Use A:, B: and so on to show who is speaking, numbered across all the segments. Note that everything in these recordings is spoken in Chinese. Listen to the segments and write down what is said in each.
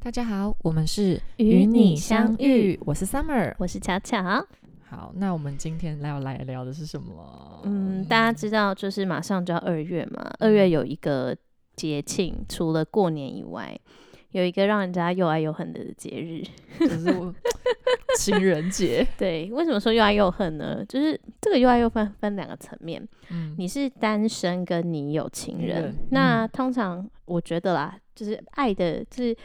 A: 大家好，我们是
B: 与你相遇，
A: 我是 Summer。
B: 我是巧巧。
A: 好，那我们今天要来聊的是什么？
B: 嗯，大家知道，就是马上就要二月嘛，二月有一个节庆，除了过年以外，有一个让人家又爱又恨的节 日。
A: 就是我 情人节，
B: 对，为什么说又爱又恨呢？就是这个又爱又恨分两个层面，
A: 嗯，
B: 你是单身跟你有情
A: 情
B: 人嗯
A: 人，
B: 那通常我觉得啦，就是爱的，就是。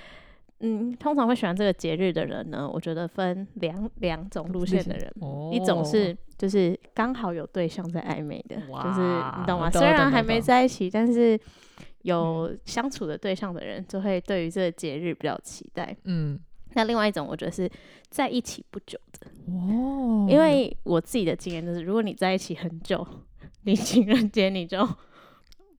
B: 嗯，通常会喜欢这个节日的人呢，我觉得分两两种路线的人。
A: 哦
B: 一种是就是刚好有对象在暧昧的，
A: 哇
B: 就是你懂吗？
A: 我懂
B: 虽
A: 我懂
B: 然
A: 我
B: 还没
A: 懂嗯
B: 在一起，但是有相处的对象的人，就会对于这个节日比较期待。
A: 嗯，
B: 那另外一种，我觉得是在一起不久的，
A: 哦，
B: 因为我自己的经验就是，如果你在一起很久，你情人节你就。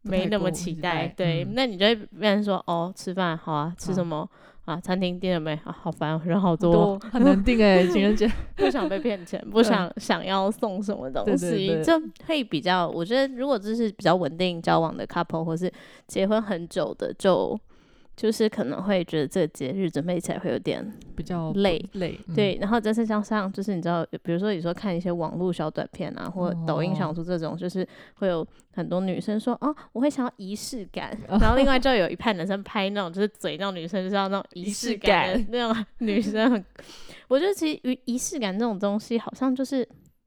B: 没
A: 太
B: 那么
A: 过
B: 期
A: 期
B: 待，
A: 待
B: 对，
A: 嗯
B: 那你就会变成说，哦，吃饭好啊，吃
A: 好
B: 什么啊？餐厅订了没？啊，好烦哦，人好多哦，
A: 多很难定哎，情人节，
B: 不想被骗钱，不想想要送什么东西，
A: 对对对
B: 就会比较。我觉得如果这是比较稳定交往的 couple，或是结婚很久的，就就是可能会觉得这个节日准备起来会有点
A: 比较
B: 累
A: 累，嗯，
B: 对。然后再是加上就是你知道，比如说有时候看一些网络小短片啊，或抖音小
A: 哦
B: 说这种，就是会有很多女生说哦，我会想要仪式感，
A: 哦
B: 然后另外就有一派男生拍那种就是嘴那种女生就是要那种仪
A: 仪式
B: 式感的
A: 感
B: 那种女生 很，我觉得其实仪仪式感这种东西好像就是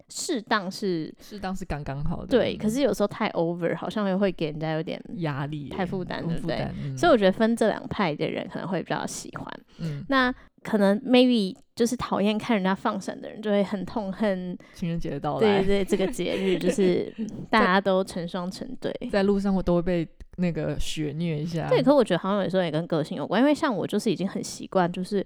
B: 适当是
A: 适当是刚刚好的，
B: 对，可是有时候太 over 好像又会给人家有点。
A: 压力
B: 太负担
A: 很
B: 对不
A: 负
B: 对
A: 担，嗯
B: 所以我觉得分这两派的人可能会比较喜欢，
A: 嗯，
B: 那可能 maybe 就是讨厌看人家放闪的人就会很痛恨
A: 情人节的到
B: 对
A: 来，
B: 对，这个节日就是大家都成双成对。
A: 在路上我都会被那个血虐一下，
B: 对，可我觉得好像有时候也跟个性有关，因为像我就是已经很习惯，就是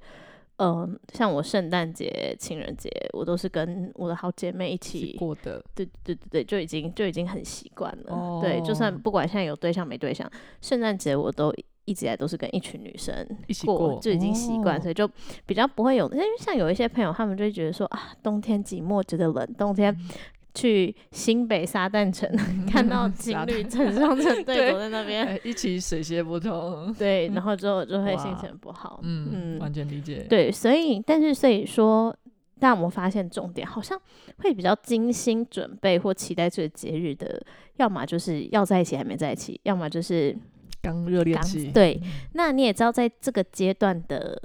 B: 嗯、呃像我圣诞节、情人节，我都是跟我的好姐妹一
A: 是
B: 起，
A: 过的，
B: 对对对对，就已经就已经很习惯了。
A: 哦
B: 对，就算不管现在有对象没对象，圣诞节我都一直以来都是跟一群女生
A: 一起
B: 过
A: 过
B: 就已经习惯，
A: 哦
B: 所以就比较不会有。因为像有一些朋友，他们就会觉得说啊，冬天寂寞，觉得冷，冬天
A: 嗯
B: 去新北沙 旦城 看到情
A: 沙
B: 侣成双成对
A: 对
B: 躲在那边，
A: 哎一起水泄不通，
B: 对，然后之后就会心
A: 嗯哇
B: 情很不好。
A: 嗯，完全理解，
B: 对，所以但是所以说，但我们发现重点好像会比较精心准备或期待这个节日的，要么就是要在一起还没在一起，要么就是
A: 刚热恋
B: 刚
A: 期，
B: 对，那你也知道，在这个阶段的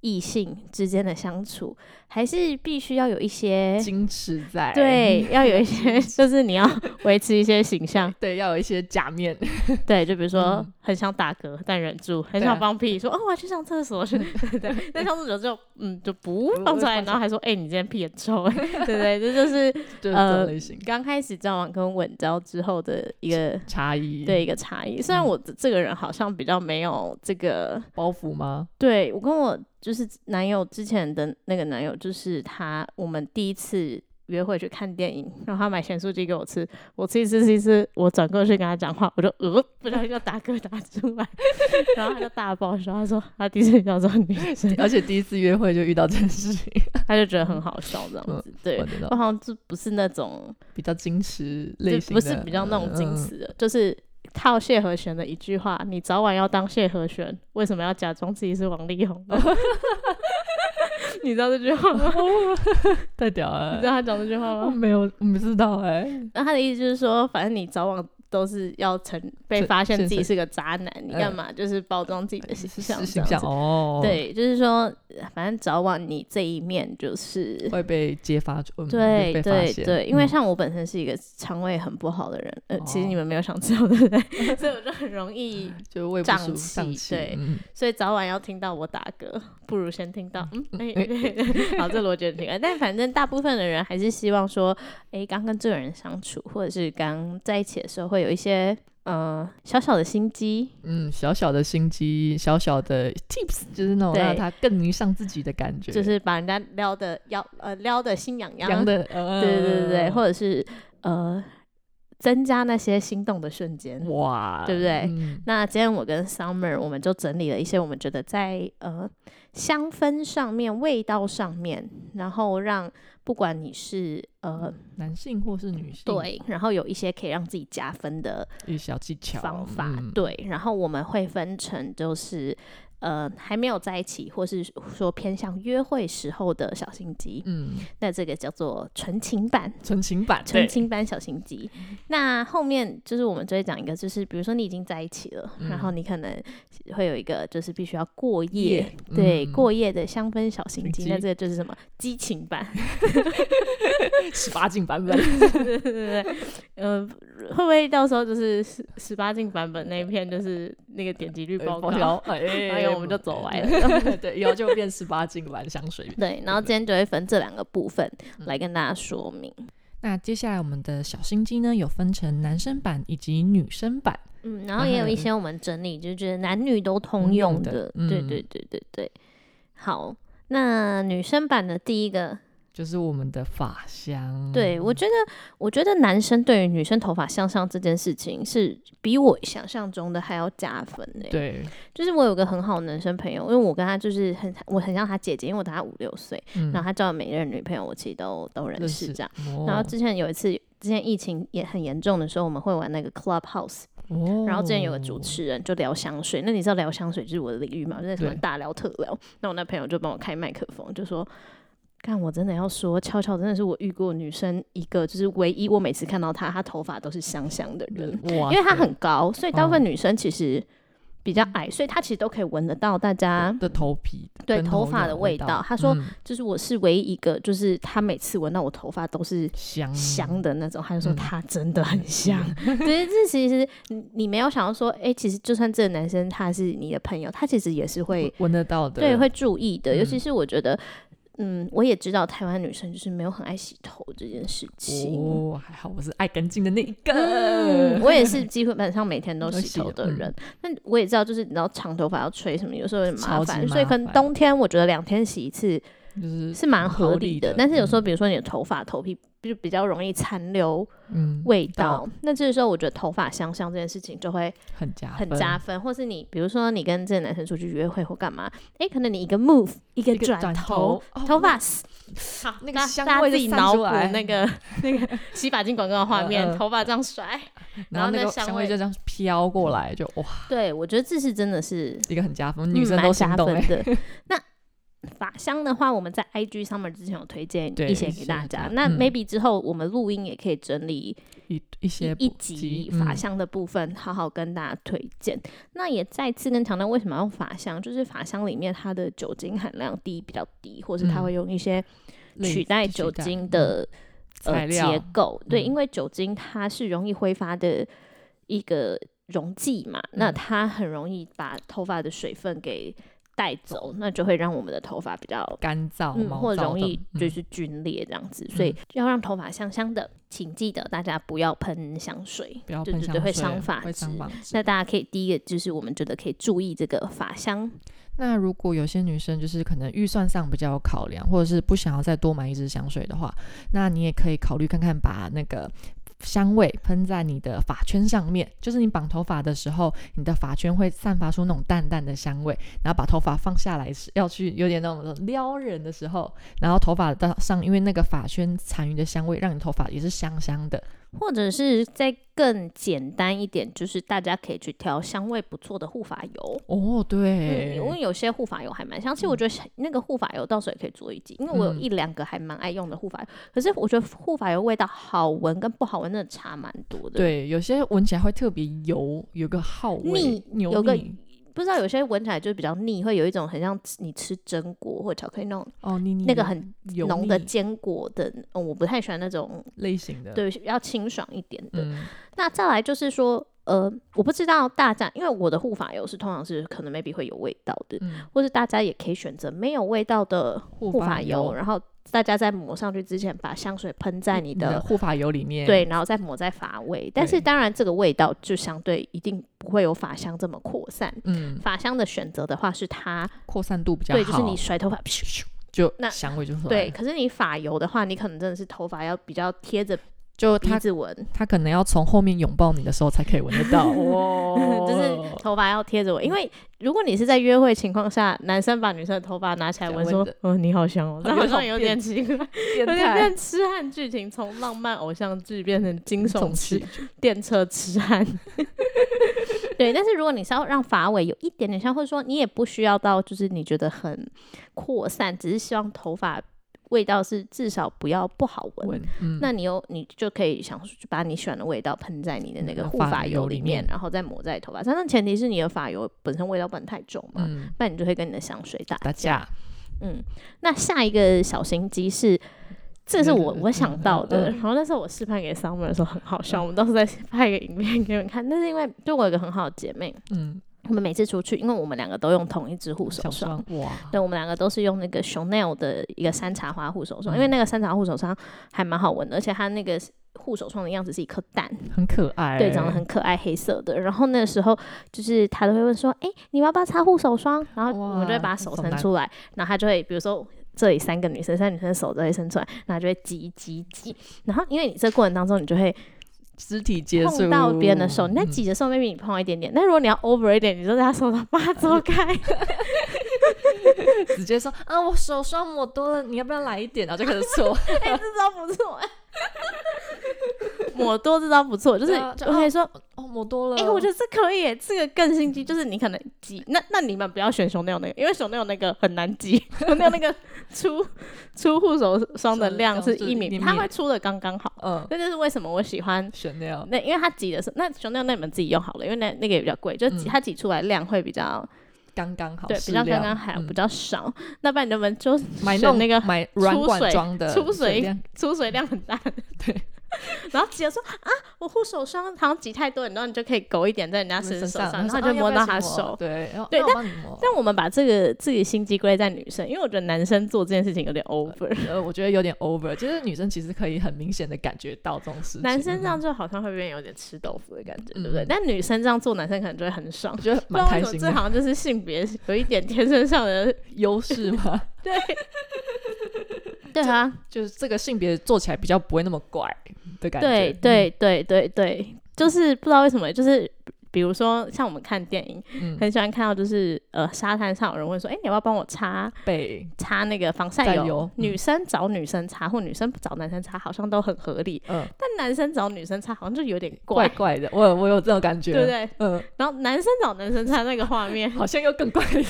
B: 异性之间的相处，还是必须要有一些
A: 矜持在，
B: 对，要有一些，就是你要维持一些形象。
A: 对，要有一些假面，
B: 对，就比如说
A: 嗯
B: 很想打嗝，但忍住；很
A: 对啊
B: 想放屁，说哦我要去上厕 所去。对对，但上厕所就嗯就不
A: 不
B: 放出来，
A: 放出
B: 然后还说哎、你今天屁很臭。 对对，这就是
A: 就是这
B: 呃
A: 种类型
B: 刚开始交往跟稳交之后的一个。
A: 差异，
B: 对一个差异，虽然我这个人好像比较没有这个
A: 包袱吗？
B: 对我跟我就是男友之前的那个男友，就是他，我们第一次约会去看电影，然后他买咸酥鸡给我吃，我吃一吃吃一吃，我转过去跟他讲话，我就呃不小心就打嗝打出来， 然后他就大爆笑，他说他第一次遇到这种女 生，
A: 而且第一次约会就遇到这件事情，
B: 他就觉得很好笑这样
A: 嗯
B: 子，对哦
A: 我。知
B: 我
A: 道，
B: 好像就不是那种，
A: 比较矜持
B: 就
A: 类型
B: 不
A: 的，
B: 是比较那种矜
A: 嗯，
B: 持的，就是套谢和弦的一句话：“你早晚要当谢和弦，为什么要假装自己是王力宏呢？” 你知道这句话吗？
A: 嗯太屌了
B: 你知。道他讲这句话
A: 我
B: 吗？
A: 没有，我不知道哎、
B: 那他的意思就是说，反正你早晚都是要承被
A: 是
B: 发现
A: 是
B: 自己
A: 是
B: 是个渣男，你干嘛就是包装自己的
A: 是
B: 形
A: 是
B: 象？
A: 形
B: 这
A: 象
B: 样子
A: 哦，，
B: 对，就是说，反正早晚你这一面就是
A: 会被揭发，嗯、
B: 对
A: 被发
B: 对
A: 现，
B: 对，因为
A: 嗯
B: 像我本身是一个肠胃很不好的人，呃，其实
A: 哦
B: 你们没有想知道，对不对？ 所以我就很容易，
A: 就胃不
B: 胀
A: 舒
B: 气
A: 胀气，
B: 对
A: 嗯，
B: 所以早晚要听到我打嗝，不如先听到，嗯，哎、
A: 哎
B: 好，这逻辑很奇怪，但反正大部分的人还是希望说，哎、刚跟这个人相处，或者是刚在一起的时候，会有一些呃小小的心机，
A: 嗯，小小的心机，小小的 tips，就是那种
B: 对
A: 让他更迷上自己的感觉，
B: 就是把人家撩的要呃撩的嗯心痒
A: 养
B: 痒，
A: 的，呃、
B: 对对对对，或者是呃增加那些心动的瞬间。
A: 哇，
B: 对不对
A: 嗯、
B: 那今天我跟 Summer 我们就整理了一些我们觉得在呃香氛上面、味道上面，然后让不管你是呃
A: 男性或是女性，，
B: 对，然后有一些可以让自己加分的
A: 一些小技巧
B: 方法，
A: 嗯
B: 对，然后我们会分成就是。呃还没有在一起，或是说偏向约会时候的小心机。
A: 嗯，
B: 那这个叫做纯情版。
A: 纯情版，
B: 纯情版小心机。那后面就是我们就会讲一个，就是比如说你已经在一起了，然后你可能会有一个就是必须要过夜，
A: 夜
B: 对、
A: 嗯
B: 过夜的香氛小心机。
A: 心机
B: 那这个就是什么激情版？
A: 十八禁版 本。哎
B: 对对对对， 呃，会不会到时候就是十十八禁版本那一片，就是那个点击率爆高？，
A: 哎，
B: 哎呦我们就走歪
A: 了。 对，以后就变十八禁版香 水。
B: 对，然后今天就会分这两个部分来跟大家说明。
A: 那接下来我们的小心机呢，有分成男生版以及女生版。
B: 嗯，然后也有一些我们整理，就觉得男女都通
A: 通用
B: 用的，
A: 的
B: 对
A: 嗯
B: 对对对对。好，那女生版的第一个，
A: 就是我们的发香，
B: 对我觉得，我觉得男生对于女生头发向上这件事情，是比我想象中的还要加分的、，
A: 对，
B: 就是我有个很好的男生朋友，因为我跟他就是很，我很像他姐姐，因为我大他五六岁，
A: 嗯
B: 然后他交的每一任女朋友，我其实都都认识这样。，
A: 哦
B: 然后之前有一次，之前疫情也很严重的时候，我们会玩那个 Clubhouse。
A: 哦
B: 然后之前有个主持人就聊香水，那你知道聊香水就是我的领域嘛，就是什么
A: 对
B: 大聊特聊。那我那朋友就帮我开麦克风，就说：“看，我真的要说，悄悄真的是我遇过女生一个，就是唯一我每次看到她，她头发都是香香的人，
A: 哇，哦
B: 因为她很高，所以大部分女生其实比较矮，所以她其实都可以闻得到大家。”
A: 的头皮，
B: 啊对
A: 跟
B: 头发的
A: 有
B: 味道
A: 道，
B: 他说
A: 嗯
B: 就是我是唯一一个，就是她每次闻到我头发都是
A: 香
B: 香的那种，他就说
A: 嗯
B: 他真的很香。 对，这其实你你没有想到说，哎、其实就算这个男生他是你的朋友，他其实也是会
A: 闻得到的，
B: 对会注意的。尤其
A: 嗯
B: 是我觉得，嗯，我也知道台湾女生就是没有很爱洗头这件事情。
A: 哦，还好我是爱干净的那一
B: 嗯，
A: 个，
B: 我也是基本上每天都
A: 都
B: 洗
A: 洗
B: 头
A: 的
B: 的人，那、我也知道，就是你知道长头发要吹什么，有时候有点麻
A: 超级
B: 烦，
A: 麻
B: 所以可能
A: 烦
B: 冬天我觉得两天洗一次
A: 就是
B: 是蛮合
A: 合
B: 理
A: 理
B: 的，
A: 的
B: 但是有时候
A: 嗯
B: 比如说你的头发头皮就比较容易残留
A: 嗯，
B: 味
A: 道
B: 道。那这个时候，我觉得头发香香这件事情就会
A: 很加
B: 很
A: 分
B: 加分，或是你比如说你跟这个男生出去约会或干嘛，诶，可能你一个 move 一个
A: 一个
B: 转
A: 转
B: 头
A: 头，哦
B: 头发
A: 好那个
B: 大家
A: 香
B: 大家
A: 味
B: 自
A: 就
B: 己
A: 散
B: 脑
A: 出
B: 补
A: 来
B: 那个那个洗发精广告的画面，
A: 嗯嗯
B: 头发这样甩。
A: 然
B: 然后
A: 后那
B: 那
A: 个
B: 香
A: 香
B: 味
A: 味就这样飘过来，就哇，
B: 对，我觉得这是真的是
A: 一个很加分，
B: 嗯
A: 女生都
B: 蛮
A: 心
B: 加
A: 动
B: 分
A: 哎，
B: 的。那法香的话，我们在 IG 上面之前有推荐
A: 对
B: 一些
A: 一
B: 给
A: 些
B: 大
A: 给
B: 家
A: 大，家
B: 那
A: 嗯
B: maybe 之后我们录音也可以整理
A: 一一些
B: 一
A: 补
B: 集
A: 嗯
B: 法香的部分，好好跟大家推荐。那也再次跟强调，为什么要用法香？就是法香里面它的酒精含量低比较低，或是它
A: 嗯
B: 会用一些
A: 类
B: 取代
A: 取
B: 酒
A: 代
B: 精
A: 嗯
B: 的、
A: 材
B: 呃结
A: 料，
B: 构。对，
A: 嗯
B: 因为酒精它是容易挥发的一个溶剂嘛，那
A: 嗯
B: 它很容易把头发的水分给带走，那就会让我们的头发比较
A: 干燥
B: 嗯，
A: 毛
B: 或
A: 躁
B: 容
A: 的
B: 易
A: 嗯
B: 就是皲裂这样子，所以要让头发香香的，请记得大家不要喷香水，
A: 不要
B: 对
A: 喷
B: 对
A: 香
B: 对，
A: 水，
B: 会伤发
A: 会
B: 质
A: 伤。发
B: 那
A: 质。
B: 大家可以第一个就是我们觉得可以注意这个发香，
A: 那如果有些女生就是可能预算上比较有考量，或者是不想要再多买一支香水的话，那你也可以考虑看看把那个。香味喷在你的发圈上面，就是你绑头发的时候，你的发圈会散发出那种淡淡的香味，然后把头发放下来时，要去有点那种撩人的时候，然后头发到上，因为那个发圈残余的香味，让你头发也是香香的，
B: 或者是再更简单一点，就是大家可以去挑香味不错的护发油。
A: 哦，
B: 嗯，
A: 对，
B: 因为有些护发油还蛮香，其实我觉得那个护发油到时候也可以做一集，因为我有
A: 嗯
B: 一两个还蛮爱用的护发油，可是我觉得护发油味道好闻跟不好闻真的差蛮多的。
A: 对，有些闻起来会特别油，有个好味
B: 腻，
A: 牛
B: 有个
A: 腻
B: 不知道有些闻起来就比较腻，会有一种很像吃你吃榛果或巧克力那种
A: 哦，腻腻
B: 那个很
A: 油
B: 浓的
A: 腻嗯
B: 坚果的、哦我不太喜欢那种，
A: 类型的，
B: 对，要清爽一点的。
A: 嗯，
B: 那再来就是说，呃，我不知道大家，因为我的护发油是通常是可能 maybe 会有味道的，
A: 嗯
B: 或是大家也可以选择没有味道的
A: 护
B: 护
A: 发
B: 发油，
A: 油嗯
B: 然后大家在抹上去之前把香水喷在你
A: 你
B: 的。
A: 护发油里面，
B: 对，然后再抹在发尾，但是
A: 对
B: 当然这个味道就相对一定不会有发香这么扩散。
A: 嗯，
B: 发香的选择的话，是它
A: 扩散度比较好，
B: 对，就是你甩头发，咻咻
A: 就
B: 那
A: 香味就出来
B: 对。
A: 了，
B: 可是你发油的话，你可能真的是头发要比较贴着
A: 就
B: 鼻
A: 它
B: 子闻，
A: 它可能要从后面拥抱你的时候才可以闻得到，哦
B: 就是头发要贴着闻。因为如果你是在约会情况下，男生把女生的头发拿起来闻，
A: 想
B: 说
A: 闻的：“
B: 哦，你好 香哦。”这
A: 有
B: 好
A: 种
B: 像有点
A: 变
B: 奇怪，
A: 变
B: 有点
A: 态
B: 变痴汉剧情，从浪漫偶像剧变成惊
A: 总
B: 悚
A: 是
B: 痴电车痴汉。 对，但是如果你是要让发尾有一点点像，或者说你也不需要到就是你觉得很扩散，只是希望头发味道是至少不要不好闻。
A: 闻，嗯，
B: 那你有你就可以想说就把你选的味道喷在你的那个
A: 嗯
B: 护
A: 发
B: 发
A: 油
B: 油
A: 里
B: 里面
A: 面，
B: 然后再抹在头发上。但前提是你的发油本身味道不能太重嘛，
A: 嗯，
B: 不然你就会跟你的香水打
A: 打架，
B: 嗯，那下一个小心机是，这是
A: 对对
B: 我
A: 对
B: 我
A: 嗯
B: 想
A: 嗯
B: 到的。
A: 嗯
B: 然后那时候我示范给 Summer 的时候很好笑，我们到时候再拍一个影片给你们看。但是因为就我有一个很好的姐妹，
A: 嗯，
B: 我们每次出去，因为我们两个都用同一支护手
A: 小
B: 霜。
A: 双哇，
B: 对，我们两个都是用那个 Chanel 的一个山茶花护手霜，因为
A: 嗯
B: 那个山茶花护手霜还蛮好闻的，而且它那个护手霜的样子是一颗蛋，
A: 很可爱，
B: 对，长得很可爱，黑色的。然后那时候就是他都会问说：“哎、你们要不要擦护手霜？”然后我们就会
A: 哇
B: 把手
A: 手
B: 伸
A: 拿
B: 出来，然后他就会比如说。这里三个女生，三个女生的手都会伸出来，然后就会挤挤挤。然后因为你这过程当中，你就会
A: 肢体接触，
B: 碰到别人的手，你在
A: 嗯
B: 挤的时候，maybe 你碰到一点点，但如果你要 over 一点，你就在他手上把 它走开。
A: 直接说啊，我手霜抹多了，你要不要来一点？然啊后就开始 搓，
B: 哎、这招不错、 抹多这招不错，就是
A: 对啊就
B: 我可以说，
A: 哦，抹多了，
B: 哎、我觉得这可以耶，这个更心机，就是你可能挤，那那你们不要选熊那种那个，因为熊那种那个很难挤， 熊那种那个出出护手霜的量是一
A: 就是
B: 米，
A: 一
B: 它
A: 米
B: 会出的刚刚好，
A: 嗯，
B: 这就是为什么我喜欢。
A: 选那样，
B: 那因为它挤的是那熊那种那你们自己用好了，因为那那个也比较贵，就挤
A: 嗯
B: 它挤出来量会比较、
A: 刚刚好，
B: 对，
A: 适
B: 比较刚
A: 量
B: 刚好，
A: 嗯
B: 比较少。那不然你们就
A: 买
B: 选
A: 弄
B: 那个
A: 买软
B: 出水
A: 管装的
B: 出水
A: 量
B: 出水量很大，
A: 对。
B: 然后挤的说啊，我护手霜好像挤太多，然后你就可以勾一点在人家身
A: 身
B: 上，然
A: 说
B: 后
A: 啊
B: 就
A: 要
B: 摸
A: 不要
B: 到
A: 一起
B: 他
A: 抹
B: 手。
A: 对， 然后
B: 对
A: 那我帮你摸。
B: 但我们把这个这个心机归在女生，因为我觉得男生做这件事情有点 over，
A: 呃，我觉得有点 over，就是女生其实可以很明显的感觉到这种事情。
B: 男生这样就好像会变有点吃豆腐的感觉，对不对？
A: 嗯
B: 但女生这样做，男生可能就会很爽
A: 我。觉得
B: 不知
A: 蛮
B: 道为
A: 开
B: 什么，
A: 心
B: 这
A: 的
B: 好像就是性别有一点天生上 的
A: 优势嘛，
B: 对。对啊，
A: 就是这个性别做起来比较不会那么怪的感觉。嗯
B: 对对对对对，就是不知道为什么，就是比如说像我们看电影，
A: 嗯，嗯，
B: 很喜欢看到就是呃沙滩上有人问说，哎、你要不要帮我擦
A: 嗯被
B: 擦那个防晒油？
A: 晒油嗯
B: 女生找女生擦或女生找男生擦好像都很合理，
A: 嗯
B: 但男生找女生擦好像就有点怪，
A: 怪怪的，我有我有这种感觉，
B: 对不？对？
A: 嗯，，
B: 然后男生找男生擦那个画面
A: 好像又更怪一 点。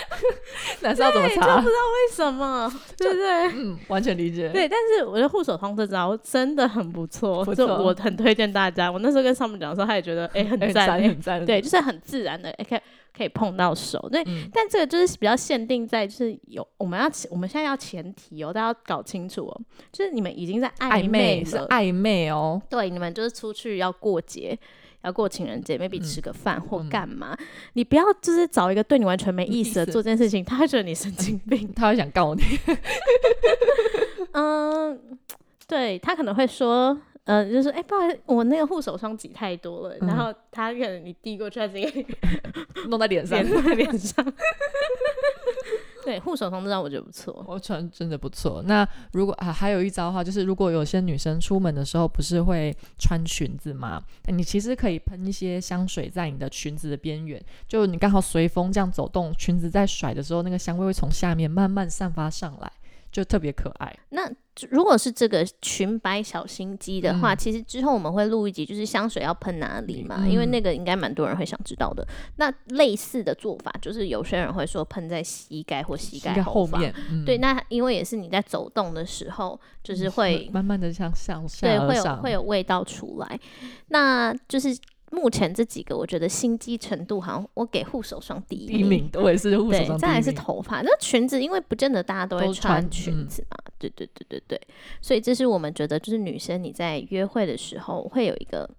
A: 男生要怎么
B: 对，就不
A: 查
B: 知？道为什么， 对不对？
A: 嗯，完全理解。
B: 对，但是我觉得护手霜这招真的很不错，
A: 不
B: 就
A: 错
B: 我很推荐大家。我那时候跟上面讲的时候，他也觉得哎、很
A: 很
B: 赞、
A: 赞，
B: 哎
A: 很赞。
B: 对，就是很自然的，哎可以可以碰到手。对，
A: 嗯，
B: 但这个就是比较限定在，就是有我们要起我们现在要前提哦，大家要搞清楚哦，就是你们已经在暧
A: 暧昧是
B: 了，
A: 暧昧哦，
B: 对，你们就是出去要过节，要过情人节，maybe
A: 嗯
B: 吃个饭或
A: 嗯
B: 干嘛，你不要就是找一个对你完全没
A: 没
B: 意
A: 意
B: 思的
A: 思。
B: 做这件事情，他会觉得你神经病
A: 他会想告 你。
B: 嗯，对他可能会说。嗯、就是哎、不好意思，我那个护手霜挤太多了，然
A: 嗯
B: 后他可能你递过去，他直接 给你
A: 弄在脸上，
B: 粘在脸上。 对，护手霜这招我觉得不错。
A: 我哦穿真的不错。那如果啊，还有一招的话，就是如果有些女生出门的时候不是会穿裙子嘛，你其实可以喷一些香水在你的裙子的边缘，就你刚好随风这样走动，裙子在甩的时候，那个香味会从下面慢慢散发上来，就特别可爱。
B: 那如果是这个裙摆小心机的话，
A: 嗯
B: 其实之后我们会录一集，就是香水要喷哪里嘛，
A: 嗯
B: 因为那个应该蛮多人会想知道的。那类似的做法，就是有些人会说喷在膝盖或膝盖
A: 盖后
B: 方。
A: 面，嗯、
B: 对，那因为也是你在走动的时候，就是会
A: 慢慢的向向下
B: 对，
A: 而
B: 会有
A: 上，
B: 会有味道出来。那就是目前这几个，我觉得心机程度好像我给护手霜第
A: 第一名，我也是护手
B: 对，
A: 霜第
B: 再
A: 一
B: 来
A: 名，
B: 是头发，那裙子因为不见得大家都会
A: 都穿
B: 裙
A: 嗯
B: 子嘛，对对对对对，所以这是我们觉得就是女生你在约会的时候会有一个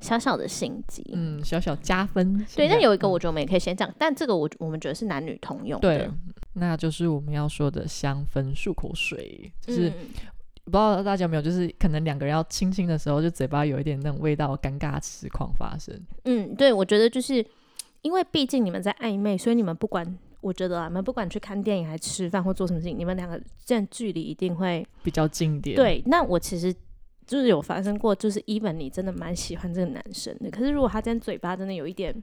B: 小小的心机，
A: 嗯，小小加分。
B: 对。那有一个
A: 嗯
B: 我觉得我们也可以先讲，但这个我我们觉得是男女通用的，
A: 对，那就是我们要说的香氛漱口水，就是
B: 嗯，
A: 不知道大家有没有，就是可能两个人要亲亲的时候，就嘴巴有一点那种味道，尴尬实况发生。
B: 嗯，对，我觉得就是因为毕竟你们在暧昧，所以你们不管。我觉得啊，你们不管去看电影、还吃饭或做什么事情，你们两个这样距离一定会
A: 比较经典。，
B: 对，那我其实就是有发生过，就是 even 你真的蛮喜欢这个男生的，可是如果他今天嘴巴真的有一点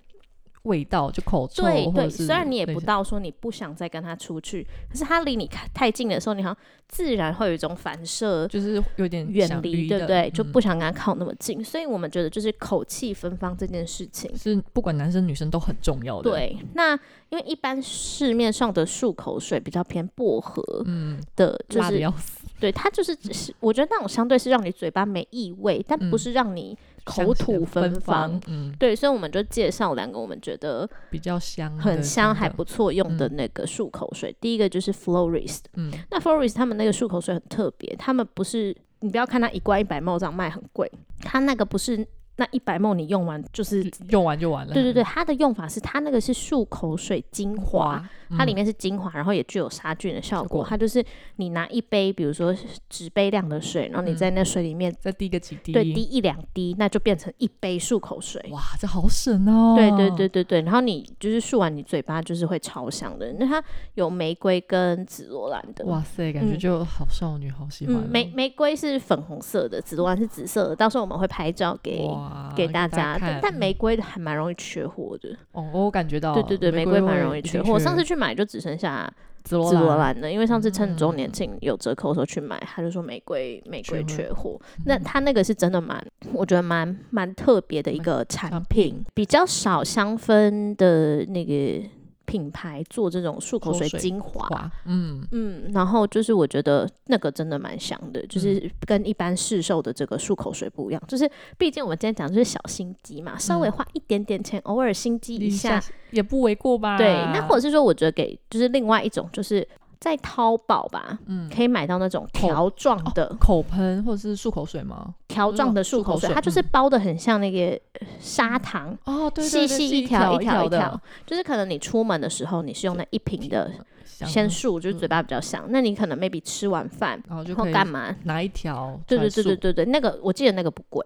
A: 味道，就口臭，
B: 对
A: 或
B: 对，
A: 者是
B: 虽然你也不
A: 那些
B: 到说你不想再跟他出去，可是他离你太太近的时候，你好像自然会有一种反射
A: 就是有点
B: 远
A: 想
B: 离，
A: 鱼
B: 对
A: 的
B: 不对？就
A: 嗯
B: 不想跟他靠那么近，所以我们觉得就是口气芬芳这件事情。
A: 是不管男生女生都很重要的。，
B: 对，那因为一般市面上的漱口水比较偏薄荷
A: 嗯，
B: 的，就
A: 辣的
B: 是
A: 要死，
B: 对它就是只是我觉得那种相对是让你嘴巴没异味，但不
A: 嗯
B: 是让你
A: 香
B: 口
A: 气
B: 吐
A: 的芬
B: 芳。，
A: 嗯，
B: 对，所以我们就介绍两个我们觉得
A: 比较香，
B: 很香还，不错用的
A: 嗯
B: 那个漱口水。第一个就是 Florist，
A: 嗯，
B: 那 Florist 他们那个漱口水很特别，他们不是你不要看它一罐一百毛这样卖很贵，它那个不是那一百毛你用完就是。
A: 用完就完了。
B: 对对对，，它的用法是它那个是漱口水精华，
A: 嗯哇，
B: 它
A: 嗯
B: 里面是精华，然后也具有杀菌的效
A: 效
B: 果。
A: 果
B: 它就是你拿一杯，比如说纸杯量的水，然后你
A: 嗯
B: 在那水里面、
A: 再滴个几滴，
B: 对滴一两滴，那就变成一杯漱口水。
A: 哇，这好省哦。
B: 对对对，对对，然后你就是漱完，你嘴巴就是会超香的。那它有玫瑰跟紫罗兰的，
A: 哇塞，感觉
B: 嗯
A: 就好少女，好喜欢哦。
B: 嗯，玫玫瑰是粉红色的，紫罗兰是紫色的，到时候我们会拍照给
A: 哇
B: 给大家。
A: 看嗯
B: 但但玫瑰还蛮容易缺货的，
A: 哦，我感觉到，
B: 对对对，玫瑰蛮容易
A: 一定
B: 缺货。我上次去买就只剩下
A: 紫罗
B: 紫罗
A: 兰，
B: 兰的，因为上次趁周年庆有折扣的时候去买，他就说玫瑰玫瑰
A: 缺
B: 缺货。那他那个是真的蛮，我觉得蛮蛮特别的一个产
A: 产
B: 品
A: 品，
B: 比较少香氛的那个品牌做这种漱口
A: 口
B: 水
A: 水
B: 精华。
A: 哇，嗯，
B: 嗯，然后就是我觉得那个真的蛮香的，就是跟一般市售的这个漱口水不一样，就是毕竟我们今天讲的是小心机嘛，稍微
A: 嗯
B: 花一点点钱，偶尔心机一下，
A: 也不为过吧？
B: 对，那或者是说，我觉得给就是另外一种，就是在淘宝吧，
A: 嗯
B: 可以买到那种
A: 口
B: 条状的、
A: 口喷或者是漱口水吗？
B: 条
A: 那
B: 状
A: 种
B: 的漱
A: 漱
B: 口
A: 口
B: 水，
A: 水
B: 它就是
A: 嗯
B: 包的很像那个呃砂糖，
A: 哦，对，
B: 细
A: 对对
B: 细
A: 是一
B: 条
A: 一
B: 条
A: 的
B: 条，就是可能你出门的时候，你是用那一瓶的
A: 香
B: 先
A: 的
B: 漱，就是嘴巴比较香。那你可能 maybe 吃完饭
A: 然嗯后就
B: 然后
A: 可以
B: 干嘛？
A: 拿一条，
B: 对对对对，对对，那个我记得那个不贵，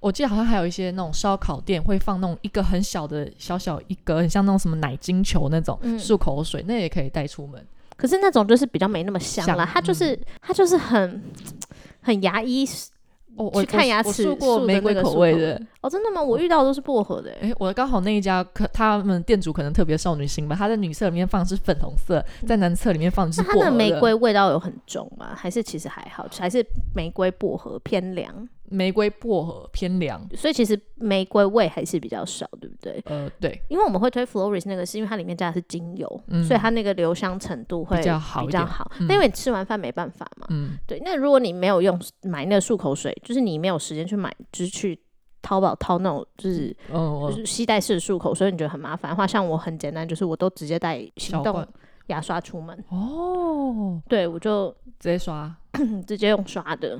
A: 我记得好像还有一些那种烧烤店会放那种一个很小的小小一格，很像那种什么奶精球那种
B: 嗯
A: 漱口水，那也可以带出门。
B: 可是那种就是比较没那么香了，
A: 香嗯
B: 它就是、它就是很很牙医
A: 我哦我
B: 去看
A: 我
B: 牙
A: 我
B: 齿
A: 漱过
B: 漱的
A: 玫
B: 那
A: 瑰
B: 个
A: 口
B: 漱
A: 味
B: 口
A: 的，
B: 哦，真的吗？我遇到的都是薄荷的欸、
A: 诶，我刚好那一家可他们店主可能特别少女心吧，他在女厕里面放的是粉红色，在男厕里面放的是
B: 嗯那它
A: 薄荷
B: 的玫瑰味道有很重吗？还是其实还好？还是玫瑰薄荷偏凉？
A: 玫瑰薄荷偏凉，
B: 所以其实玫瑰味还是比较少，对不对？
A: 呃，对，
B: 因为我们会推 Floris 那个，是因为它里面加的是精油，
A: 嗯
B: 所以它那个留香程度会
A: 比较好一
B: 比较
A: 点
B: 好。
A: 嗯
B: 那因为你吃完饭没办法嘛，
A: 嗯，
B: 对。那如果你没有用买那个漱口水，就是你没有时间去买，就是去淘宝淘那种就是
A: 哦、
B: 就是吸带式的漱口，所以你觉得很麻烦的话，像我很简单，就是我都直接带行
A: 小
B: 动
A: 罐
B: 牙刷出门，
A: 哦，
B: 对我就
A: 直接刷，
B: 嗯直接用刷的。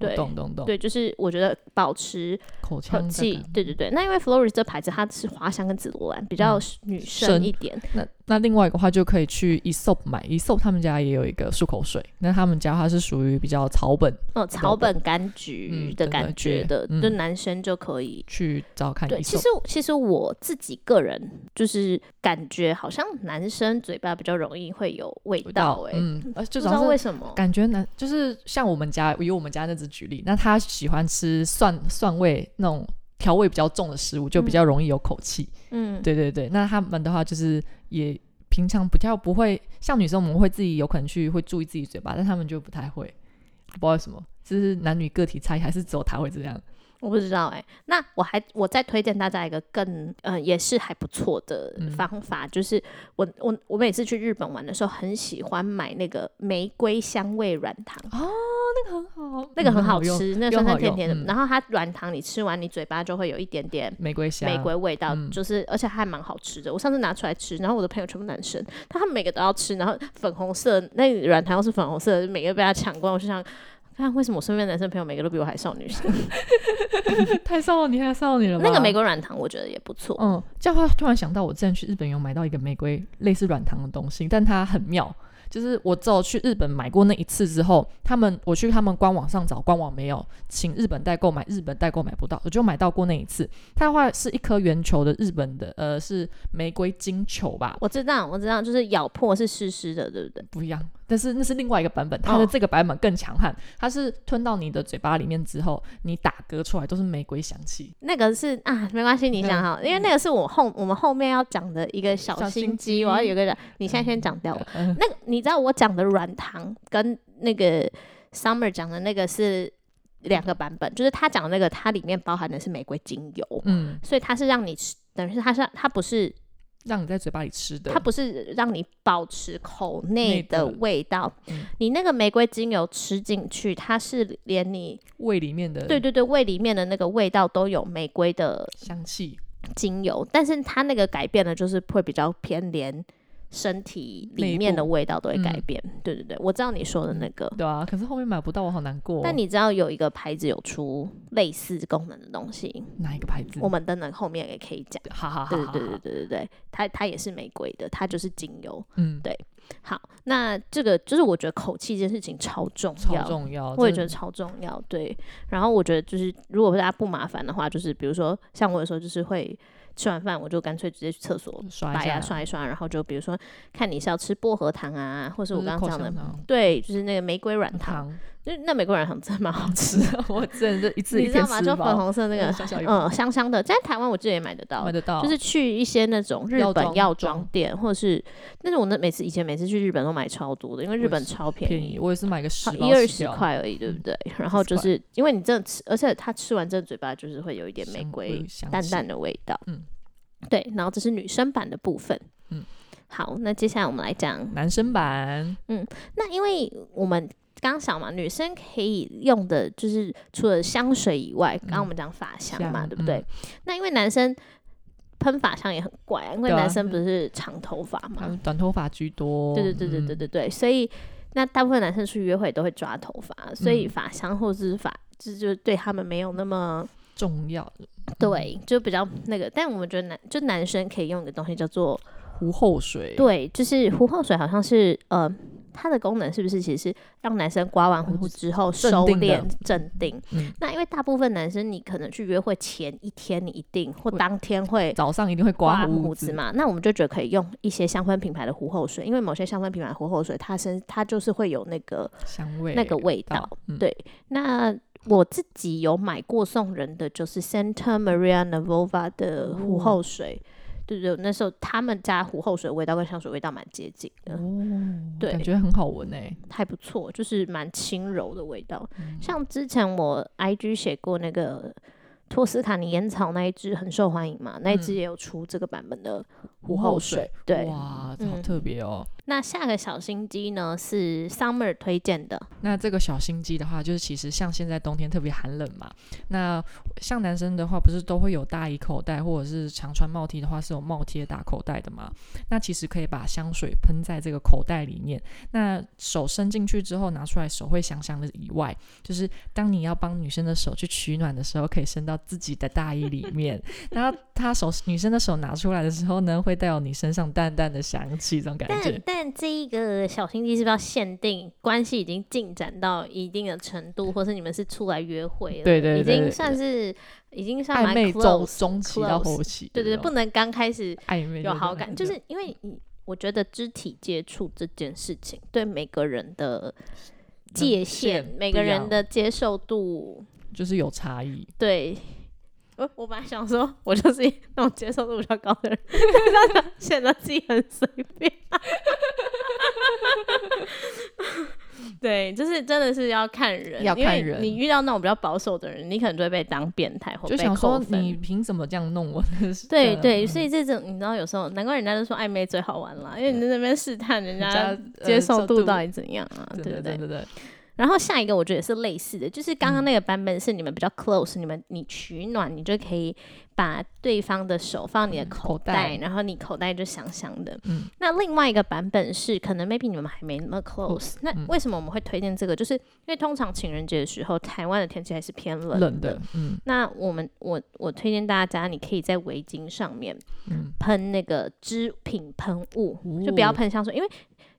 A: 我
B: 对
A: 懂懂懂，
B: 对，就是我觉得保持
A: 口腔
B: 口
A: 的
B: 气
A: 感，
B: 对对对。那因为 Floris 这牌子它是花香跟紫罗兰，比较
A: 嗯
B: 女生
A: 深
B: 一点。
A: 那那另外一个话就可以去 Esop 买，Esop 他们家也有一个漱口水，那他们家它是属于比较草本，
B: 嗯，草
A: 懂
B: 本柑橘
A: 嗯
B: 的
A: 的
B: 感
A: 感
B: 觉
A: 觉
B: 的，
A: 嗯
B: 就男生就可以。
A: 去找看
B: 对，其
A: Esop。
B: 实其实我自己个人就是感觉，好像男生嘴巴比较容易会有味道、欸，哎、
A: 嗯，呃，
B: 不
A: 就
B: 知
A: 主要
B: 道为
A: 是
B: 什么。
A: 感觉男就是像我们家以我们家那只举例，那他喜欢吃蒜蒜味那种调味比较重的食物，就比较容易有口气。
B: 嗯，
A: 对对对，那他们的话就是也平常比较不会，像女生我们会自己有可能去会注意自己嘴巴，但他们就不太会，不知道为什么，就是男女个体差异，还是只有他会这样。
B: 我不知道哎、那我还我再推荐大家一个更呃也是还不错的
A: 嗯
B: 方法，就是我我我每次去日本玩的时候，很喜欢买那个玫瑰香味软糖，
A: 哦，那个很好，
B: 那个很好
A: 嗯用，
B: 吃，那
A: 又
B: 酸酸
A: 好
B: 甜
A: 用
B: 甜的，
A: 嗯
B: 然后它软糖你吃完，你嘴巴就会有一点点。
A: 玫瑰香，
B: 玫瑰味道，
A: 嗯
B: 就是而且还蛮好吃的。我上次拿出来吃，然后我的朋友全部男生，他们每个都要吃，然后粉红色那个软糖又是粉红色的，每个被他抢光。我就想，看为什么我身边的男生朋友每个都比我还少女心？
A: 太少女，太少女了吧。
B: 那个玫瑰软糖我觉得也不错，
A: 嗯，这样的话突然想到，我之前去日本有买到一个玫瑰类似软糖的东西，但它很妙，就是我只有去日本买过那一次之后，他们我去他们官网上找，官网没有，请日本代购买，日本代购买不到，我就买到过那一次。它的话是一颗圆球的日本的，呃，是玫瑰金球吧，
B: 我知道，我知道，就是咬破是湿湿的，对不对？
A: 不一样，但是那是另外一个版本，它的
B: 哦
A: 这个版本更强悍，它是吞到你的嘴巴里面之后，你打嗝出来都是玫瑰香气。
B: 那个是啊，没关系，你
A: 嗯
B: 想好，因为那个是我后我们后面要讲的一个小
A: 小
B: 心
A: 心
B: 机，
A: 机
B: 我要有一个人，你现在先讲掉我。
A: 嗯
B: 那个你知道我讲的软糖跟那个 Summer 讲的那个是两个版本，就是他讲的那个，它里面包含的是玫瑰精油，
A: 嗯，
B: 所以它是让你吃，等于是它是它不是
A: 让你在嘴巴里吃的，
B: 它不是让你保持口内
A: 内
B: 的
A: 的
B: 味道，
A: 嗯
B: 你那个玫瑰精油吃进去，它是连你
A: 胃里面的
B: 对对对胃里面的那个味道都有玫瑰的
A: 香气。
B: 精油，但是它那个改变呢，就是会比较偏连身体里
A: 内
B: 面的
A: 部
B: 味道都会改
A: 嗯
B: 变。对对对，我知道你说的那个。
A: 对啊，可是后面买不到，我好难过、哦
B: 但你知道有一个牌子有出类似功能的东西，
A: 哪一个牌子？
B: 我们等等后面也可以讲。
A: 哈哈哈
B: 对
A: 哈哈，
B: 对对对对对对，它它也是玫瑰的，它就是精油。
A: 嗯，
B: 好，那这个就是我觉得口气这件事情超重
A: 超
B: 要，
A: 重要。
B: 我也
A: 真
B: 觉
A: 的
B: 得超重要。对，然后我觉得就是如果大家不麻烦的话，就是比如说像我有时候就是会吃完饭我就干脆直接去厕所
A: 刷
B: 把
A: 一
B: 牙
A: 下，
B: 刷一刷，然后就比如说看你是要吃薄荷糖啊，或是
A: 就
B: 我
A: 是
B: 刚
A: 嗯口
B: 刚讲
A: 香
B: 的。
A: 糖
B: 对，就是那个玫瑰软糖，
A: 糖，
B: 就是那玫瑰软糖真的蛮好 吃
A: 是
B: 的，
A: 啊我真的就 一次
B: 你
A: 一
B: 知道
A: 天
B: 吗？
A: 吃
B: 就粉
A: 饱，
B: 红色那个，
A: 小小一
B: 嗯，香香的，在台湾我记得也买得到
A: 买，得到，
B: 就是去一些那种日
A: 药
B: 本
A: 妆
B: 药
A: 妆
B: 妆店，或者是，但是我那每次以前每次去日本都买超多的，因为日
A: 我
B: 本
A: 也是
B: 超便
A: 便
B: 宜
A: 宜。，我也是买个十哦
B: 好
A: 包
B: 哦一二
A: 起
B: 十
A: 跳，
B: 块而已，对不对？然
A: 10
B: 后就
A: 块
B: 是因为你真的吃，而且它吃完真的嘴巴就是会有一点玫
A: 香
B: 瑰
A: 味香
B: 淡
A: 气
B: 淡的味道，
A: 嗯，
B: 对。然后这是女生版的部分，
A: 嗯。
B: 好，那接下来我们来讲，
A: 男生版
B: 那因为我们刚想嘛，女生可以用的就是除了香水以外，刚刚我们讲发香
A: 嗯
B: 嘛，
A: 香
B: 对不对？
A: 嗯
B: 那因为男生喷发香也很怪啊，因为
A: 对啊
B: 男生不是长头发嘛
A: 他，们短头发居多，
B: 嗯对对对对对对对，所以那大部分男生去约会都会抓头发，所
A: 嗯
B: 以发香或者是发，这就对他们没有那么
A: 嗯，重要
B: 对，就比较那个。但我们觉得男就男生可以用一个东西叫做
A: 胡后水，
B: 对，就是胡泡水，好像是呃。它的功能是不是其实是让男生刮完胡
A: 胡
B: 子之后
A: 哦镇
B: 收
A: 定的
B: 敛镇定？
A: 嗯
B: 那因为大部分男生你可能去约会前一天，你一定或
A: 会
B: 当天会
A: 早上一定会刮
B: 刮胡子
A: 子，
B: 嘛，那我们就觉得可以用一些香氛品牌的护后水，因为某些香氛品牌的护后水，它身它就是会有那个
A: 香味
B: 那个味道。，
A: 嗯
B: 对那我自己有买过送人的，就是 Santa Maria Novova 的护后水，对对，那时候他们家护后水味道跟香水味道蛮接近的，
A: 哦，
B: 对
A: 感觉很好闻欸诶，
B: 还不错，就是蛮轻柔的味道。像之前我 IG 写过那个。托斯卡尼烟草那一支很受欢迎嘛，那一
A: 嗯
B: 支也有出这个版本的
A: 胡
B: 后
A: 后
B: 水，
A: 水
B: 对，
A: 哇，
B: 嗯
A: 好特别哦。
B: 那下个小心机呢是 Summer 推荐的，
A: 那这个小心机的话，就是其实像现在冬天特别寒冷嘛，那像男生的话，不是都会有大衣口袋，或者是常穿帽 T 的话是有帽贴大口袋的嘛？那其实可以把香水喷在这个口袋里面，那手伸进去之后拿出来，手会香香的。以外，就是当你要帮女生的手去取暖的时候，可以伸到自己的大衣里面，然后她手女生的手拿出来的时候呢，会带有你身上淡淡的香气，这种感
B: 但
A: 觉。
B: 但这一个小心机是不是要限定关系已经进展到一定的程度，或是你们是出来约会了，
A: 对对
B: 已
A: 对
B: 经
A: 对
B: 算是已经算
A: 暧
B: 蛮
A: 昧中
B: close，
A: 中期到
B: close，
A: 后期的
B: 对对，
A: 那种，
B: 对不能刚开始
A: 暧昧
B: 有
A: 的
B: 好
A: 那
B: 感，
A: 种
B: 就是因为你我觉得肢体接触这件事情对每个人的界限，
A: 限
B: 每
A: 不
B: 个
A: 一
B: 人
A: 样
B: 的接受度，
A: 就是有差异。
B: 对，我呃我本来想说，我就是那种接受度比较高的人， 显得自己很随便。 对，就是真的是要看人，
A: 要
B: 因
A: 看
B: 为
A: 人
B: 你遇到那种比较保守的人，你可能就会被当变态或
A: 就
B: 被
A: 想
B: 扣
A: 说
B: 分。
A: 你凭什么这样弄我？
B: 对
A: 嗯
B: 啊对，所以这种你知道，有时候难怪人家都说暧昧最好玩啦，因为你在那边试探人家
A: 呃
B: 接受度
A: 度
B: 到底怎样啊，
A: 真
B: 对不
A: 的
B: 对
A: 真？的对，
B: 然后下一个我觉得也是类似的，就是刚刚那个版本是你们比较 close，、你们你取暖，你就可以把对方的手放你的
A: 嗯
B: 口
A: 口
B: 袋，
A: 袋
B: 然后你口袋就香香的。
A: 嗯
B: 那另外一个版本是，可能 maybe 你们还没那么 close。那
A: 嗯
B: 为什么我们会推荐这个？就是因为通常情人节的时候，台湾的天气还是偏冷
A: 冷的，嗯
B: 那我们我我推荐大家，你可以在围巾上面
A: 嗯，
B: 喷那个织品喷雾，就不要
A: 哦
B: 喷香水，因为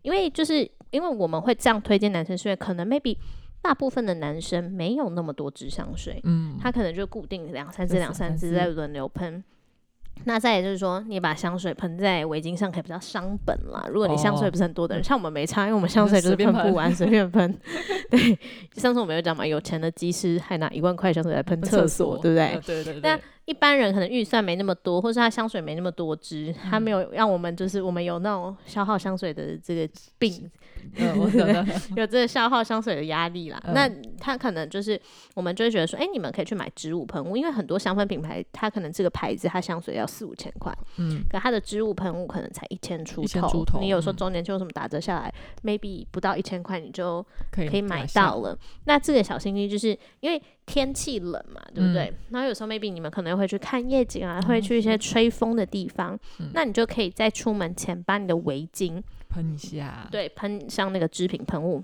B: 因为就是因为我们会这样推荐男生，是因为可能 maybe 大部分的男生没有那么多支香水，
A: 嗯，
B: 他可能就固定两三支、
A: 就
B: 两
A: 是
B: 三
A: 三
B: 支
A: 支
B: 在轮流喷。那再也就是说，你把香水喷在围巾上，可以比较伤本啦。如果你香水
A: 哦
B: 不是很多的人，像我们没差，因为我们香水就是
A: 随便
B: 喷不完，随 便喷。对，上次我们有讲嘛，有钱的技师还拿一万块香水来喷厕所，对不对
A: 呃？对对
B: 那
A: 对，
B: 一般人可能预算没那么多，或是他香水没那么多支，
A: 嗯
B: 他没有让我们就是我们有那种消耗香水的这个 病，
A: 呃我懂 了，
B: 有这个消耗香水的压力啦。
A: 嗯
B: 那他可能就是我们就会觉得说，哎、你们可以去买植物喷雾，因为很多香氛品牌，它可能这个牌子它香水要四五千块，
A: 嗯，
B: 可它的植物喷雾可能才一千出
A: 一千
B: 头。
A: 出头
B: 你有时候
A: 嗯
B: 周年庆有什么打折下来、m a y b e 不到一千块你就
A: 可以
B: 可以买到了。那这个小心机就是因为天气冷嘛，对不对？然后有时候 maybe 你们可能会去看夜景啊，会去一些吹风的地方，
A: 嗯
B: 那你就可以在出门前把你的围巾
A: 喷一下，
B: 对喷上那个织品喷雾。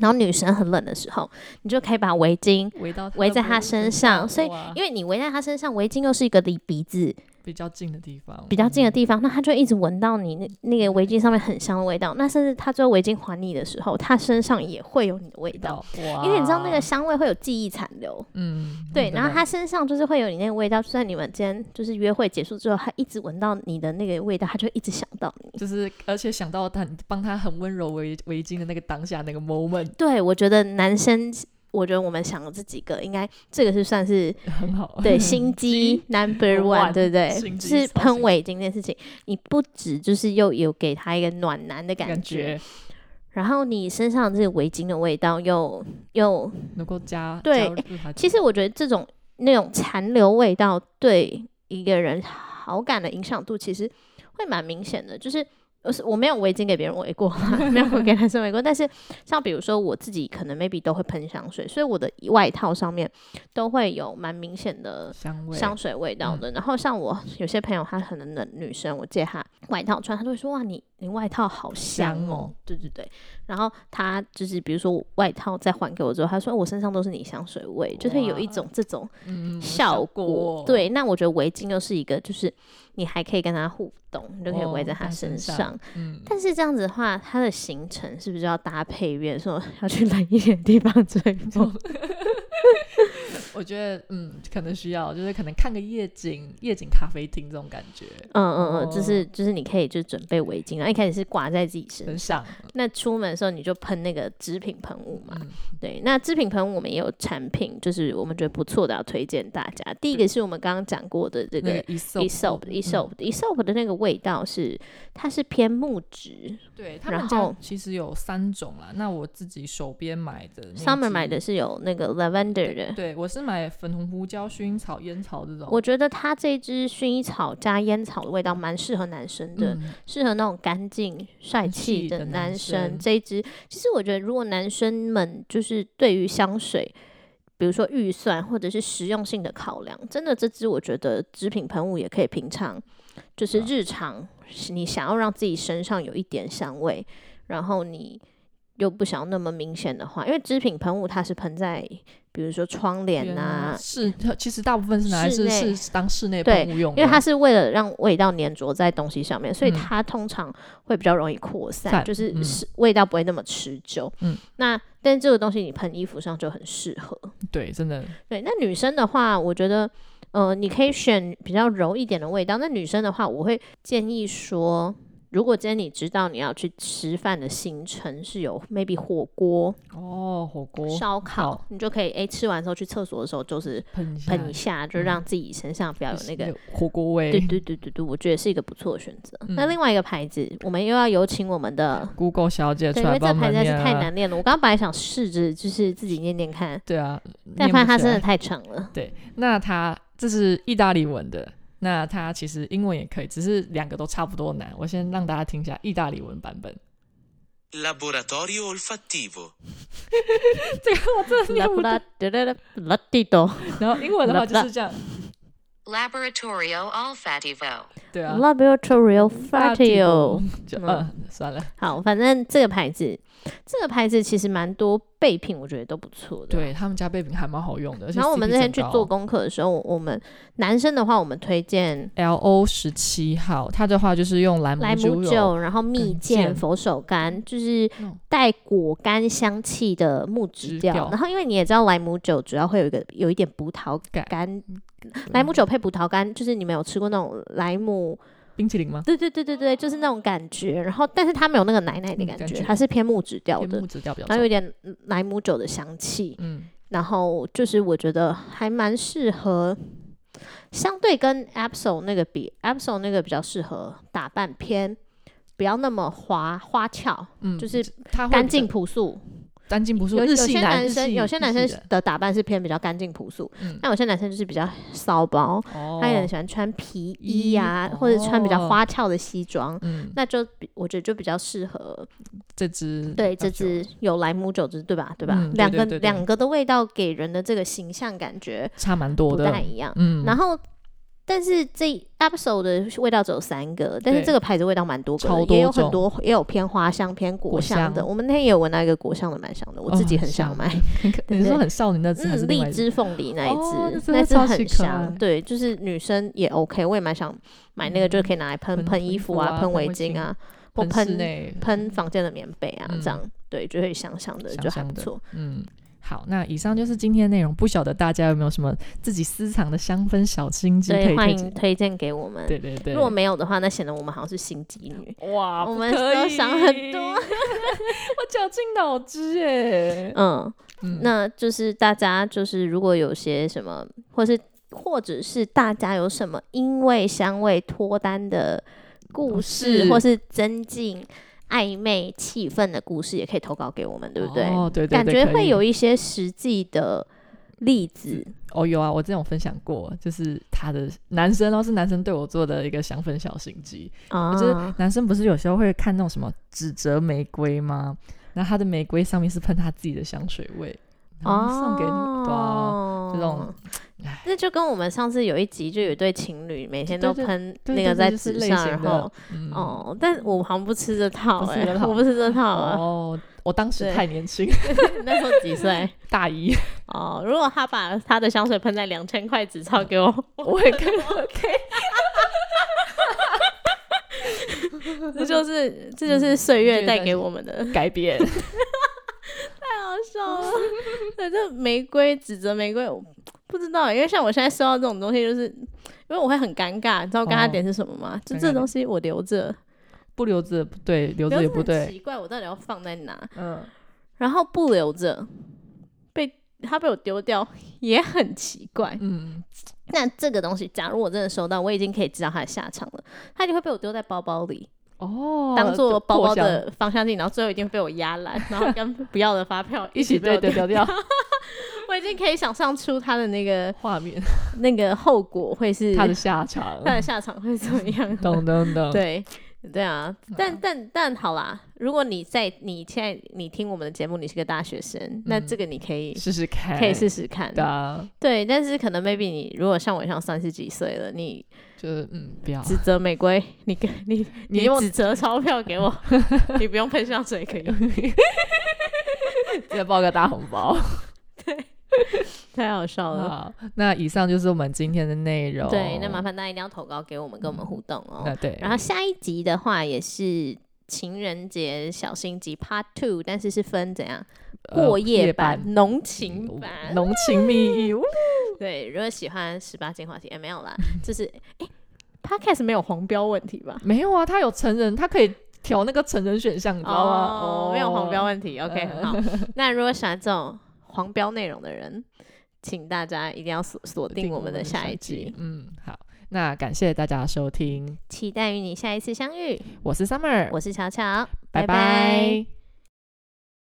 B: 然后女生很冷的时候，你就可以把围 巾，
A: 围到
B: 围
A: 的
B: 在他
A: 脖子
B: 身上所以
A: 哇
B: 因为你围在她身上，围巾又是一个离鼻子
A: 比较近的地方，
B: 比较近的地方，那她就一直闻到你那那个围巾上面很香的味道。那甚至她最后围巾还你的时候，她身上也会有你的味道，
A: 到，哇
B: 因为你知道那个，香味会有记忆残留。
A: 嗯，
B: 对，
A: 嗯
B: 然后他身上就是会有你那个味道，就算你们今天就是约会结束之后，他一直闻到你的那个味道，他就一直想到你。
A: 就是，而且想到他帮他很温柔围围巾的那个当下那个 moment
B: 对，我觉得男生，我觉得我们想的这几个，应该这个是算 是
A: 很好，
B: 对心机 number one，
A: one，
B: 对不对？
A: 心
B: 就
A: 机
B: 是
A: 超
B: 喷
A: 心
B: 尾巾这件事情，你不止就是又有给他一个暖男的感
A: 感
B: 觉，然后你身上这个围巾的味道又又，
A: 能够加
B: 对哎
A: 加入他
B: 其实我觉得这种那种残留味道对一个人好感的影响度其实会蛮明显的，就是。我是我没有围巾给别人围过 啦，没有给男生围过。但是像比如说我自己可能 maybe 都会喷香水，所以我的外套上面都会有蛮明显的
A: 香味，
B: 香水味嗯道的。然后像我有些朋友，她可能的女生，我借她外套穿，她都会说哇，你你外套好香
A: 香
B: 哦
A: 哦，
B: 对对对。然后她就是比如说我外套再还给我之后，她说哎我身上都是你香水味，就是有一
A: 哇
B: 种这种
A: 嗯
B: 效
A: 果，
B: 对，那我觉得围巾又是一个，就是你还可以跟她互动，你就可以
A: 哦
B: 围在她
A: 在
B: 身
A: 身上
B: 上。
A: 嗯，
B: 但是这样子的话，它的行程是不是要搭配约说要去冷一点的地方吹风？
A: 我觉得嗯，可能需要，就是可能看个夜景，夜景咖啡厅这种感觉，
B: 嗯嗯嗯，就
A: 哦
B: 是就是你可以就准备围巾，然后一开始是挂在自己身上
A: 很。想，
B: 那出门的时候你就喷那个织品喷雾嘛，
A: 嗯
B: 对。那织品喷雾我们也有产品，就是我们觉得不错的，要推荐大家。第一个是我们刚刚讲过的这
A: 那
B: 个 e
A: 个 ESOP
B: ESOP ESOP ESOP e 的那个味道是，它是偏木质。
A: 对他
B: 然
A: 们家
B: 后
A: 其实有三种啦。那我自己手边买的那一
B: Summer
A: 支
B: 买的是有那个 lavender 的，
A: 对我是买粉红胡椒、薰衣草、烟草这种。
B: 我觉得它这支薰衣草加烟草的味道蛮适合男生的，
A: 嗯
B: 适合那种干净帅气的男
A: 帅气的
B: 生。
A: 男生
B: 这一支，其实我觉得，如果男生们就是对于香水，比如说预算或者是实用性的考量，真的这支我觉得纸品喷雾也可以平常，就是
A: 对啊
B: 日常你想要让自己身上有一点香味，然后你。又不想要那么明显的话，因为织品喷雾它是喷在，比如说窗帘
A: 边
B: 啊
A: 啊，室其实大部分是拿来
B: 室
A: 是
B: 内
A: 是当室内
B: 对
A: 喷雾用的，
B: 因为它是为了让味道粘着在东西上面，所以
A: 嗯
B: 它通常会比较容易扩散，
A: 散
B: 就是
A: 嗯
B: 是味道不会那么持久。
A: 嗯，
B: 那但是这个东西你喷衣服上就很适合。
A: 嗯对真的
B: 对，那女生的话，我觉得呃，你可以选比较柔一点的味道。那女生的话，我会建议说。如果今天你知道你要去吃饭的行程是有 maybe 火锅、
A: 哦，火锅
B: 烧烤
A: 好，
B: 你就可以诶、吃完之后去厕所的时候就是
A: 喷一下，
B: 喷一下，就
A: 嗯
B: 让自己身上不要有那个
A: 火锅味。
B: 对对对对对，我觉得是一个不错的选择。那
A: 嗯
B: 另外一个牌子，我们又要有请我们的，
A: Google 小姐出
B: 对，因为
A: 来
B: 这
A: 帮
B: 牌
A: 忙
B: 子实在
A: 念
B: 是太
A: 啊，
B: 难念了。我刚刚本来想试着就是自己念念看，
A: 对啊，
B: 但
A: 念不
B: 发现它
A: 起
B: 真的
A: 来
B: 太长了。
A: 那它这是意大利文的，那它其实英文也可以，只是两个都差不多难。我先让大家听一下意大利文版本，
C: Laboratorio olfattivo.
A: 啊这个我真的
B: 拉
A: 念
B: 布
A: 不
B: 拉
A: 到。
B: 得得拉拉蒂多，
A: 然后英文的话就是这样
D: Laboratorio olfativo.
A: 对啊
B: Laboratorio Fatio。
A: 就
B: 嗯
A: 嗯，算了，
B: 好，反正这个牌子，这个牌子其实蛮多备品，我觉得都不错的。
A: 对他们家备品还蛮好用的。而且
B: 然后我们
A: CP
B: 那天
A: 值
B: 去
A: 高
B: 做功课的时候，我们男生的话，我们推荐
A: L O 十七号，它的话就是用莱姆
B: 莱姆
A: 酒
B: 酒，然后蜜
A: 跟
B: 饯、
A: 剑
B: 佛手柑，就是
A: 那种
B: 带果干香气的木质
A: 嗯质
B: 调。
A: 调
B: 然后因为你也知道，莱姆酒主要会有一个有一点葡萄
A: 感
B: 干，
A: 嗯
B: 莱姆酒配葡萄干，就是你们有吃过那种莱姆？
A: 冰淇淋吗？
B: 对对对对对，就是那种感觉。然后，但是它没有那个奶奶的
A: 嗯
B: 感
A: 感
B: 觉，
A: 觉
B: 它是偏木质调
A: 偏
B: 的
A: 木，质调比较
B: 然后
A: 重。
B: 有一点嗯莱姆酒的香气。
A: 嗯，
B: 然后就是我觉得还蛮适合，相对跟 Absol 那个比，Absol 那个比较适合打扮偏不要那么花花俏，
A: 嗯
B: 就是
A: 它会
B: 干
A: 比
B: 净
A: 较，
B: 朴素。
A: 干净不是
B: 有有
A: 日系
B: 些男
A: 日
B: 生
A: 系
B: 有些
A: 日
B: 男
A: 系
B: 生
A: 的
B: 的打扮是偏比较干净朴素，
A: 嗯
B: 那有些男生就是比较骚包，
A: 哦，
B: 他也很喜欢穿皮衣
A: 衣
B: 呀、或者穿比较
A: 哦
B: 花俏的西装。
A: 嗯，
B: 那就比我觉得就比较适合
A: 这支
B: 对这
A: 啤酒
B: 支有莱姆酒支对吧？对吧？
A: 嗯对
B: 两
A: 对
B: 个
A: 对对
B: 两个的味道给人的这个形象感觉
A: 差蛮
B: 不
A: 多的
B: 太，一样。
A: 嗯，
B: 然后，但是这 Absol 的味道只有三个，但是
A: 对
B: 这个牌子味道蛮多个的，
A: 超
B: 也
A: 多
B: 有很
A: 种
B: 多，也有偏花香、偏果
A: 果
B: 香的。
A: 香
B: 我们那天也有闻到一个果香的，蛮香的，我自
A: 哦
B: 己
A: 很
B: 很想
A: 香
B: 买。
A: 你是说很少年的字还是
B: 嗯，
A: 另
B: 荔
A: 外一支？
B: 枝凤梨那一
A: 哦那
B: 只，
A: 真的
B: 只
A: 超级
B: 很
A: 可
B: 香
A: 爱。
B: 对，就是女生也 OK，我也蛮想买那个，就
A: 嗯
B: 可以拿来喷
A: 喷
B: 喷
A: 喷
B: 衣
A: 衣
B: 服
A: 服
B: 啊，
A: 啊
B: 喷
A: 喷
B: 围
A: 围
B: 巾
A: 巾
B: 啊，或
A: 室
B: 喷
A: 内，
B: 喷房间的棉被啊，这
A: 嗯
B: 样对，就会香香的，
A: 香
B: 就还
A: 香
B: 不
A: 的
B: 错。
A: 嗯。好，那以上就是今天的内容。不晓得大家有没有什么自己私藏的香氛小心机可
B: 对，
A: 以
B: 欢
A: 推
B: 迎
A: 荐？
B: 推荐给我们。
A: 对对对，
B: 如果没有的话，那显得我们好像是心机女。
A: 哇
B: 我
A: 不
B: 们
A: 可
B: 都想很多
A: 以 我绞尽脑汁耶。
B: 嗯，
A: 嗯
B: 那就是大家就是如果有些什么，或是或者是大家有什么因为香味脱单的故事，
A: 是
B: 或是增进暧昧气氛的故事，也可以投稿给我们， 对不对？
A: 哦，对对
B: 感
A: 对
B: 觉
A: 可
B: 会
A: 以
B: 有一些实际的例子，
A: 哦，有啊，我之前有分享过，就是他的男生哦，是男生对我做的一个香氛小心机，
B: 啊
A: 就是男生不是有时候会看那种什么指折玫瑰吗？然后他的玫瑰上面是喷他自己的香水味，然后送给你，对啊，
B: 哦
A: 这种唉
B: 那就跟我们上次有一集，就有一对情侣每天
A: 对
B: 都
A: 对
B: 喷
A: 对对
B: 那个
A: 对
B: 在
A: 就是
B: 纸
A: 类
B: 上，
A: 型
B: 然
A: 的
B: 后
A: 嗯，
B: 哦，但我好像不吃这套
A: 不吃
B: 欸
A: 这套
B: 我不吃这套啊。
A: 哦，我当时
B: 对
A: 太年轻，
B: 那时候几岁？
A: 大一，
B: 哦，如果他把他的香水喷在两千块纸钞给我，
A: 我也跟 OK，
B: 这就是这就是岁月
A: 嗯
B: 带给我们的，
A: 改 变，
B: 太好 笑了。对，这玫瑰指责玫瑰，我不知道，因为像我现在收到这种东西，就是因为我会很尴尬，你知道我尴尬
A: 哦
B: 点是什么吗？就
A: 尴尬
B: 这
A: 点
B: 东西我留着，
A: 不留着不对，留着也
B: 留
A: 不
B: 着很
A: 对，
B: 奇怪，我到底要放在哪？
A: 嗯，
B: 然后不留着，被他被我丢掉 也很奇怪。
A: 嗯，
B: 那这个东西，假如我真的收到，我已经可以知道它的下场了，它就会被我丢在包包里。
A: 哦，
B: 当做包包
A: 扩香
B: 的芳香剂，然后最后一定会被我压烂，然后跟不要的发票
A: 一
B: 起
A: 起
B: 被我
A: 对对
B: 丢
A: 丢 掉
B: 我已经可以想象出他的那个
A: 画面，
B: 那个后果会是
A: 他的下 场，？
B: 他的下场会怎么样
A: 懂懂懂，
B: 对对啊，但但但好啦，如果你在你现在你听我们的节目，你是个大学生，那这个你可以
A: 嗯试试看，
B: 可以试试看。
A: 的啊，
B: 对，但是可能 maybe 你如果像我一样三十几岁了，你
A: 就是嗯，不要，
B: 指责玫瑰， 你跟你
A: 你
B: 你
A: 用
B: 指责钞 票给我，你不用喷香水可以。
A: 再包个大红 包。
B: 太好笑了。
A: 好，那以上就是我们今天的内容。
B: 对，那麻烦大家一定要投稿给我们，跟我们互动哦。
A: 那对，
B: 然后下一集的话也是情人节小心机 Part Two，但是是分怎样
A: 呃
B: 过夜
A: 夜
B: 版、
A: 版
B: 浓情版。
A: 浓情蜜意，
B: 对，如果喜欢十八禁话题，哎、没有啦，就是哎、Podcast 没有黄标问题吧？
A: 没有啊，他有成人，他可以调那个成人选项，你知道吗？
B: 哦，没有黄标问题，OK，、
A: 啊嗯
B: 很 好。那如果喜欢这种黄标内容的人，请大家一定要锁锁定我们的下一集，。
A: 嗯，好，那感谢大家的收听，
B: 期待与你下一次相遇。
A: 我是 Summer，
B: 我是巧巧，
A: 拜
B: 拜
A: 拜